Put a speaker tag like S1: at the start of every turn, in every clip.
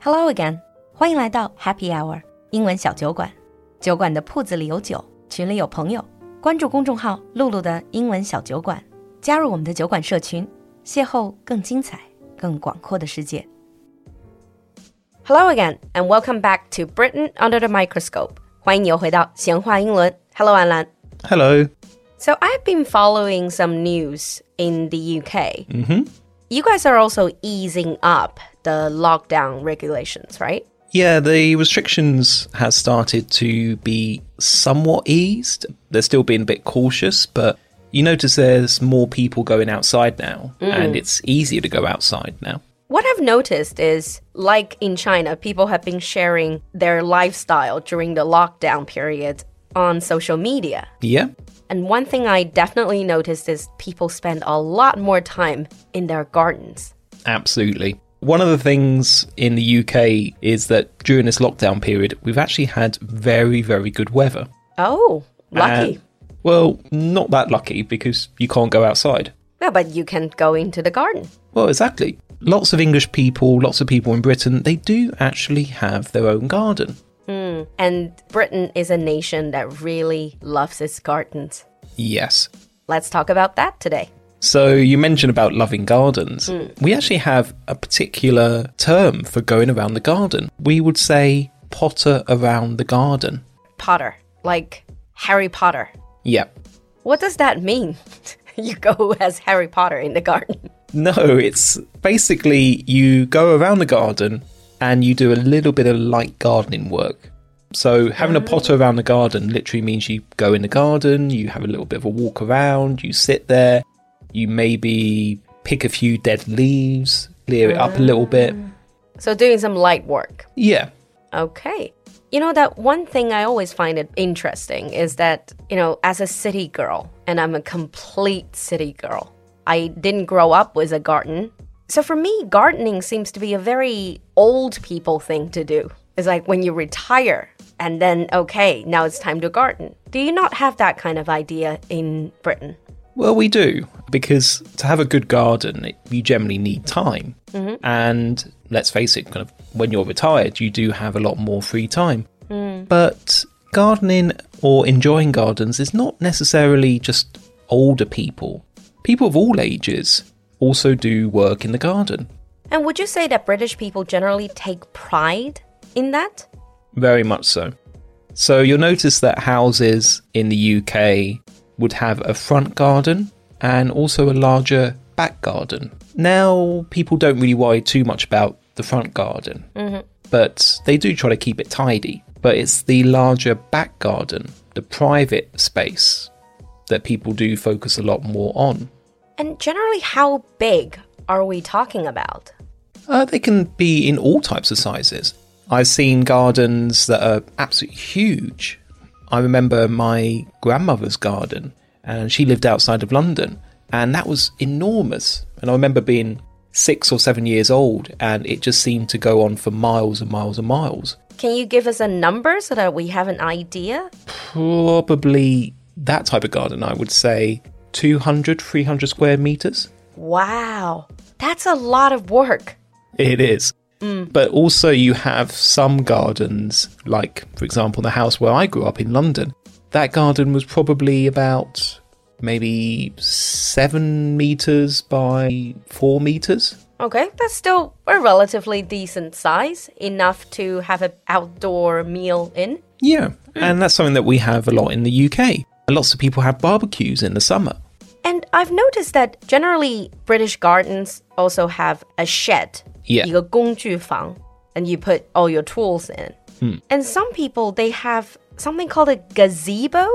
S1: Hello again，欢迎来到 Happy Hour 英文小酒馆。酒馆的铺子里有酒，群里有朋友。关注公众号“露露的英文小酒馆”，加入我们的酒馆社群，邂逅更精彩、更广阔的世界。Hello again and welcome back to Britain under the microscope。欢迎你又回到闲话英伦。Hello，安澜。
S2: Hello.
S1: So I've been following some news in the UK. You guys are also easing up the lockdown regulations, right?
S2: Yeah, the restrictions has started to be somewhat eased. They're still being a bit cautious, but you notice there's more people going outside now, and it's easier to go outside now.
S1: What I've noticed is, like in China, people have been sharing their lifestyle during the lockdown period on social media.
S2: Yeah.
S1: And one thing I definitely noticed is people spend a lot more time in their gardens.
S2: Absolutely. One of the things in the UK is that during this lockdown period, we've actually had very, very good weather.
S1: Oh, lucky.
S2: And- well, not that lucky because you can't go outside.
S1: yeah, but you can go into the garden.
S2: Well, exactly. Lots of English people, lots of people in Britain, they do actually have their own garden.
S1: And Britain is a nation that really loves its gardens.
S2: Yes.
S1: Let's talk about that today.
S2: So you mentioned about loving gardens. We actually have a particular term for going around the garden. We would say potter around the garden.
S1: Potter, like Harry Potter.
S2: Yeah.
S1: What does that mean? you go as Harry Potter in the garden.
S2: No, it's basically you go around the garden and you do a little bit of light gardening work. So having a potter around the garden literally means you go in the garden, you have a little bit of a walk around, you sit there, you maybe pick a few dead leaves, clear it up a little bit.
S1: So, doing some light work.
S2: Yeah.
S1: Okay. You know, that one thing I always find it interesting is that, you know, as a city girl, and I'm a complete city girl, I didn't grow up with a garden. So for me, gardening seems to be a very old people thing to do. It's like when you retire and then, okay, now it's time to garden. Do you not have that kind of idea in Britain?
S2: Well, we do, because to have a good garden, it- you generally need time. And let's face it, kind of when you're retired, you do have a lot more free time. But gardening or enjoying gardens is not necessarily just older people. People of all ages also do work in the garden.
S1: And would you say that British people generally take pride in that?
S2: Very much so. So you'll notice that houses in the UK would have a front garden and also a larger back garden. Now, people don't really worry too much about the front garden, but they do try to keep it tidy. But it's the larger back garden, the private space, that people do focus a lot more on.
S1: And generally, how big are we talking about?
S2: Uh, they can be in all types of sizes. I've seen gardens that are absolutely huge. I remember my grandmother's garden, and she lived outside of London, and that was enormous. And I remember being six or seven years old, and it just seemed to go on for miles and miles and miles.
S1: Can you give us a number so that we have an idea?
S2: Probably that type of garden, I would say 200, 300 square meters.
S1: Wow, that's a lot of work.
S2: It is. But also, you have some gardens, like, for example, the house where I grew up in London. That garden was probably about maybe seven meters by four meters.
S1: Okay, that's still a relatively decent size, enough to have an outdoor meal in.
S2: Yeah. And that's something that we have a lot in the UK. Lots of people have barbecues in the summer.
S1: And I've noticed that generally British gardens also have a shed,
S2: Yeah.
S1: 一个工具房, and you put all your tools in. And some people they have something called a gazebo.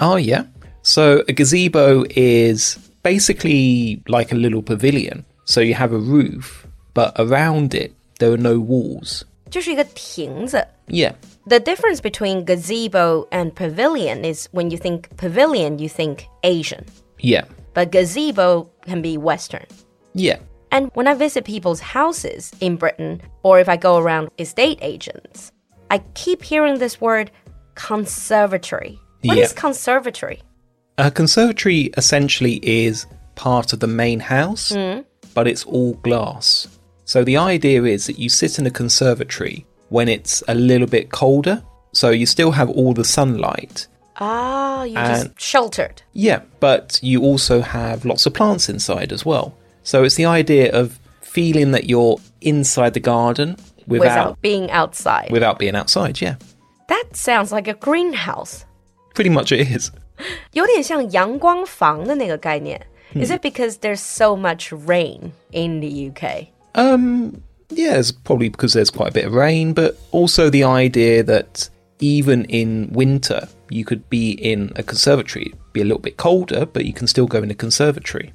S2: Oh, yeah. So a gazebo is basically like a little pavilion. So you have a roof, but around it, there are no walls.
S1: 就是一个亭子。
S2: Yeah.
S1: The difference between gazebo and pavilion is when you think pavilion, you think Asian,
S2: Yeah.
S1: but gazebo can be Western.
S2: Yeah.
S1: And when I visit people's houses in Britain, or if I go around estate agents, I keep hearing this word conservatory. What is
S2: Yeah.
S1: conservatory?
S2: A conservatory essentially is part of the main house, but it's all glass. So the idea is that you sit in a conservatory when it's a little bit colder, so you still have all the sunlight.
S1: Ah, you just sheltered.
S2: Yeah, but you also have lots of plants inside as well. So it's the idea of feeling that you're inside the garden without
S1: without being outside.
S2: without being outside, yeah.
S1: that sounds like a greenhouse.
S2: Pretty much it is.
S1: 有点像阳光房的那个概念. Is it because there's so much rain in the UK?
S2: Um, yeah, it's probably because there's quite a bit of rain, but also the idea that even in winter, you could be in a conservatory, It'd be a little bit colder, but you can still go in a conservatory.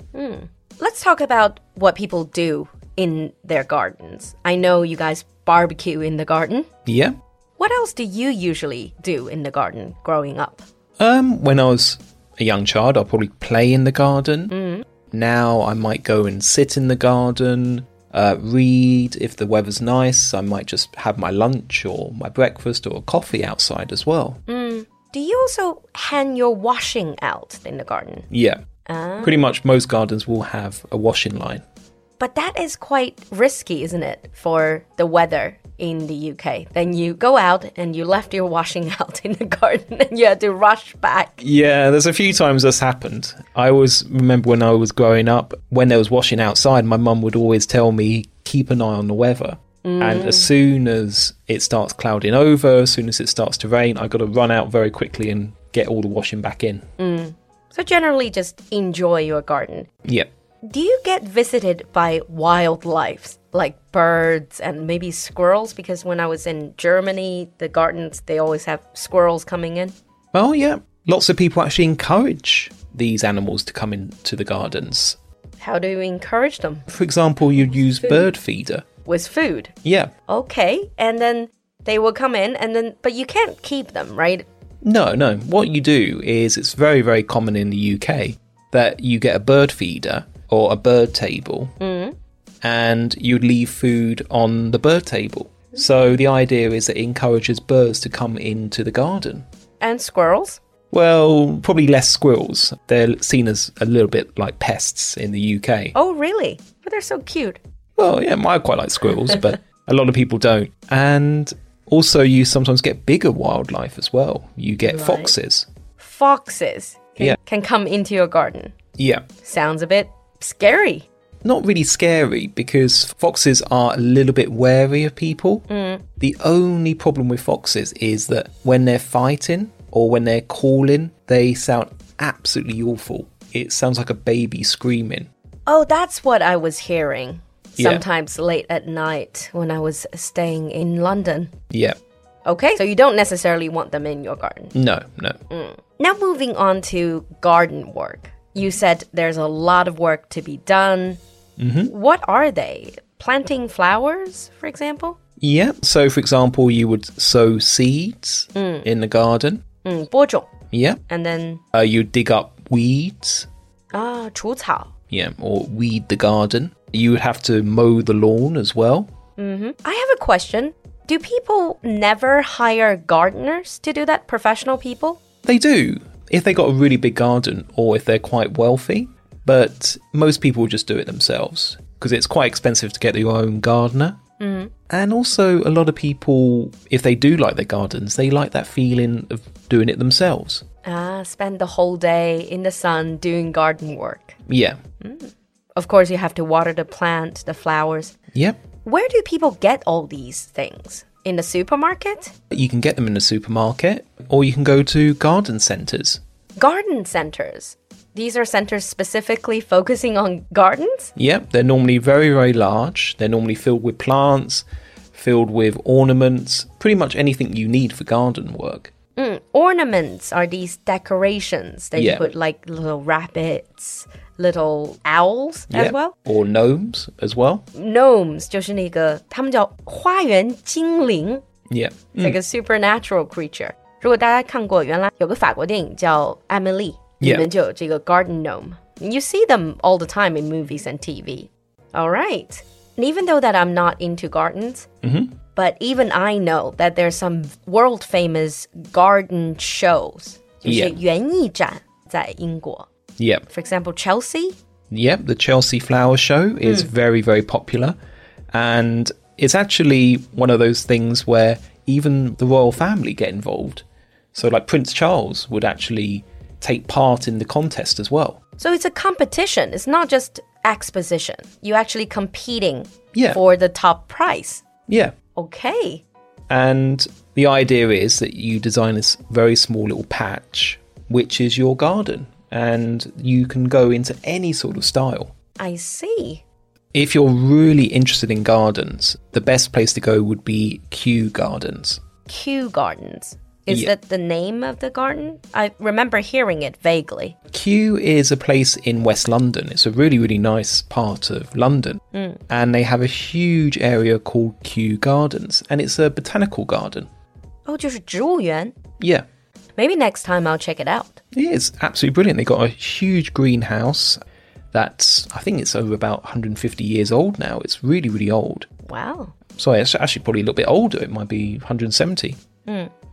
S1: Let's talk about what people do in their gardens. I know you guys barbecue in the garden.
S2: Yeah.
S1: What else do you usually do in the garden growing up?
S2: Um, when I was a young child, I'll probably play in the garden. Now I might go and sit in the garden, uh, read. If the weather's nice, I might just have my lunch or my breakfast or coffee outside as well.
S1: Do you also hang your washing out in the garden?
S2: Yeah. Pretty much most gardens will have a washing line.
S1: But that is quite risky, isn't it, for the weather in the UK? Then you go out and you left your washing out in the garden and you had to rush back.
S2: Yeah, there's a few times that's happened. I always remember when I was growing up, when there was washing outside, my mum would always tell me, keep an eye on the weather. And as soon as it starts clouding over, as soon as it starts to rain, I got to run out very quickly and get all the washing back in.
S1: So generally, just enjoy your garden.
S2: Yep.
S1: Do you get visited by wildlife like birds and maybe squirrels? Because when I was in Germany, the gardens they always have squirrels coming in.
S2: Well, Oh, yeah, lots of people actually encourage these animals to come into the gardens.
S1: How do you encourage them?
S2: For example, you'd use bird feeder.
S1: With food.
S2: Yeah.
S1: Okay. And then they will come in and then but you can't keep them, right?
S2: No, no. What you do is it's very, very common in the UK that you get a bird feeder or a bird table and you leave food on the bird table. So the idea is that it encourages birds to come into the garden.
S1: And squirrels?
S2: Well, probably less squirrels. They're seen as a little bit like pests in the UK.
S1: Oh really? But they're so cute.
S2: Well, yeah, I quite like squirrels, but a lot of people don't. And also, you sometimes get bigger wildlife as well. You get foxes.
S1: Foxes can,
S2: Yeah.
S1: can come into your garden.
S2: Yeah.
S1: Sounds a bit scary.
S2: not really scary because foxes are a little bit wary of people. The only problem with foxes is that when they're fighting or when they're calling, they sound absolutely awful. It sounds like a baby screaming.
S1: Oh, that's what I was hearing
S2: Yeah.
S1: sometimes late at night when I was staying in London.
S2: Yeah,
S1: Okay, so you don't necessarily want them in your garden.
S2: no, no.
S1: Now, moving on to garden work. You said there's a lot of work to be done. What are they? Planting flowers, for example?
S2: Yeah, so for example, you would sow seeds in the garden.
S1: 嗯，播种,
S2: Yeah,
S1: Mm, and then ah,
S2: uh, you dig up weeds.
S1: 啊，除草.
S2: Yeah, or weed the garden. You would have to mow the lawn as well.
S1: I have a question. Do people never hire gardeners to do that? Professional people?
S2: They do, if they got a really big garden or if they're quite wealthy. But most people just do it themselves because it's quite expensive to get your own gardener. And also, a lot of people, if they do like their gardens, they like that feeling of doing it themselves.
S1: Ah, spend the whole day in the sun doing garden work.
S2: Yeah.
S1: Of course, you have to water the plant, the flowers.
S2: Yeah.
S1: Where do people get all these things? In the supermarket?
S2: You can get them in the supermarket or you can go to garden centres.
S1: Garden centers. These are centers specifically focusing on gardens?
S2: Yeah, they're normally very, very large. They're normally filled with plants, filled with ornaments, pretty much anything you need for garden work.
S1: Mm, ornaments are these decorations that you
S2: Yeah.
S1: put like little rabbits, little owls
S2: Yeah.
S1: as well.
S2: Or gnomes as well.
S1: Gnomes 就是那个他们叫花园精灵。
S2: Yeah.
S1: like a supernatural creature. 如果大家看过，原来有个法国电影叫《Emily》
S2: Yeah.
S1: 里面就有这个 garden gnome. You see them all the time in movies and TV. All right. And even though that I'm not into gardens, but even I know that there's some world famous garden shows.
S2: Yeah.
S1: 就是园艺展在英国.
S2: Yep.
S1: For example, Chelsea. Hmm.
S2: Yep. The Chelsea Flower Show is very, very popular. And it's actually one of those things where even the royal family get involved. So, like Prince Charles would actually take part in the contest as well.
S1: So it's a competition. It's not just exposition. You're actually competing
S2: Yeah.
S1: for the top prize.
S2: Yeah.
S1: Okay.
S2: And the idea is that you design this very small little patch, which is your garden, and you can go into any sort of style.
S1: I see.
S2: If you're really interested in gardens, the best place to go would be Kew Gardens.
S1: Kew Gardens. Is
S2: Yeah.
S1: that the name of the garden? I remember hearing it vaguely.
S2: Kew is a place in West London. It's a really, really nice part of London. And they have a huge area called Kew Gardens, and it's a botanical garden.
S1: Oh, 就是植物园.
S2: Yeah.
S1: Maybe next time I'll check it out.
S2: Yeah, it's absolutely brilliant. They got a huge greenhouse that's, I think it's over about 150 years old now. It's really, really old.
S1: Wow.
S2: Sorry, it's actually probably a little bit older. It might be 170.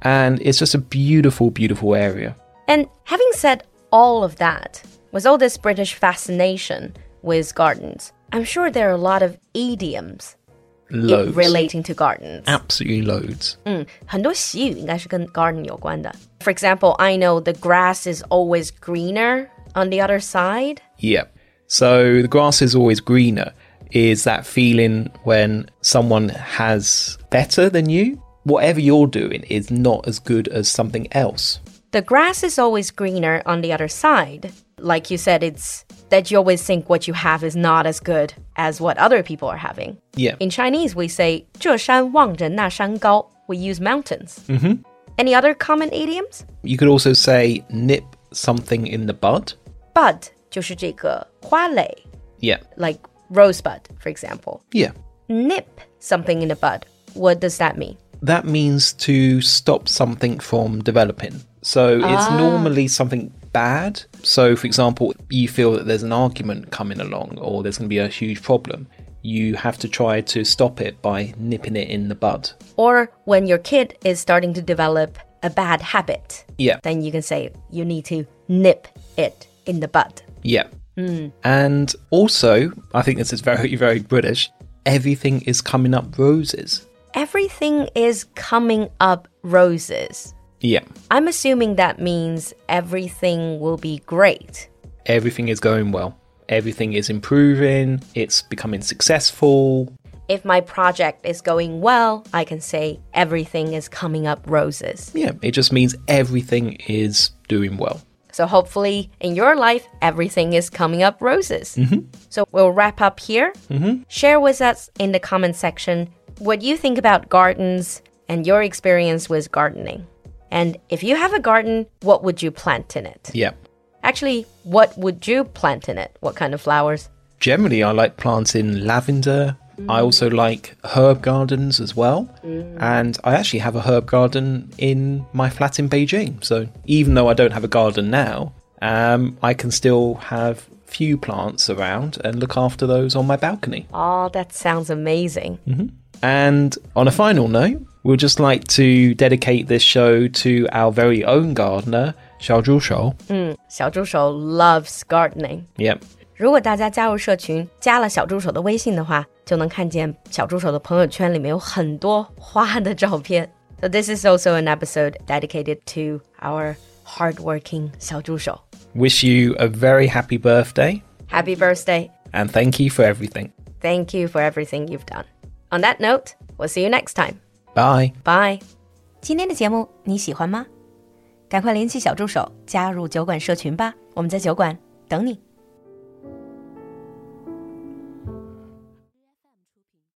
S2: And it's just a beautiful, beautiful area.
S1: And having said all of that, with all this British fascination with gardens, I'm sure there are a lot of idioms i-
S2: Loads.
S1: relating to gardens. Mm,
S2: Absolutely loads.
S1: 嗯，很多习语应该是跟 garden For example, I know the grass is always greener on the other side.
S2: Yeah. So the grass is always greener. Is that feeling when someone has better than you? Whatever you're doing is not as good as something else.
S1: The grass is always greener on the other side. Like you said, it's that you always think what you have is not as good as what other people are having.
S2: Yeah.
S1: In Chinese, we say 这山望着那山高. We use mountains. Mm-hmm. Any other common idioms?
S2: You could also say nip something in the bud.
S1: Bud 就是这个花蕾,
S2: Yeah.
S1: like rosebud, for example.
S2: Yeah.
S1: Nip something in the bud. What does that mean?
S2: That means to stop something from developing. So it's normally something bad. So, for example, you feel that there's an argument coming along or there's going to be a huge problem. You have to try to stop it by nipping it in the bud.
S1: Or when your kid is starting to develop a bad habit,
S2: Yeah.
S1: then you can say you need to nip it in the bud.
S2: Yeah. And also, I think this is very, very British everything is coming up roses.
S1: Everything is coming up roses.
S2: Yeah.
S1: I'm assuming that means everything will be great.
S2: Everything is going well. Everything is improving. It's becoming successful.
S1: If my project is going well, I can say everything is coming up roses.
S2: Yeah. It just means everything is doing well.
S1: So hopefully in your life, everything is coming up roses. So we'll wrap up here. Share with us in the comment section what you think about gardens and your experience with gardening. And if you have a garden, what would you plant in it?
S2: Yeah.
S1: Actually, what would you plant in it? What kind of flowers?
S2: Generally, I like planting lavender. I also like herb gardens as well. And I actually have a herb garden in my flat in Beijing. So even though I don't have a garden now, um, I can still have few plants around and look after those on my balcony.
S1: Oh, that sounds amazing.
S2: And on a final note, we'd just like to dedicate this show to our very own gardener, Xiao Zhu Shou.
S1: Xiao loves gardening.
S2: Yep.
S1: 如果大家加入社群，加了小助手的微信的话，就能看见小助手的朋友圈里面有很多花的照片。So this is also an episode dedicated to our hardworking 小助手。
S2: Wish you a very happy birthday
S1: Happy birthday!
S2: and thank you for everything.
S1: Thank you for everything you've done. On that note, we'll see you next time.
S2: Bye.
S1: Bye. 今天的节目你喜欢吗？赶快联系小助手加入酒馆社群吧，我们在酒馆等你。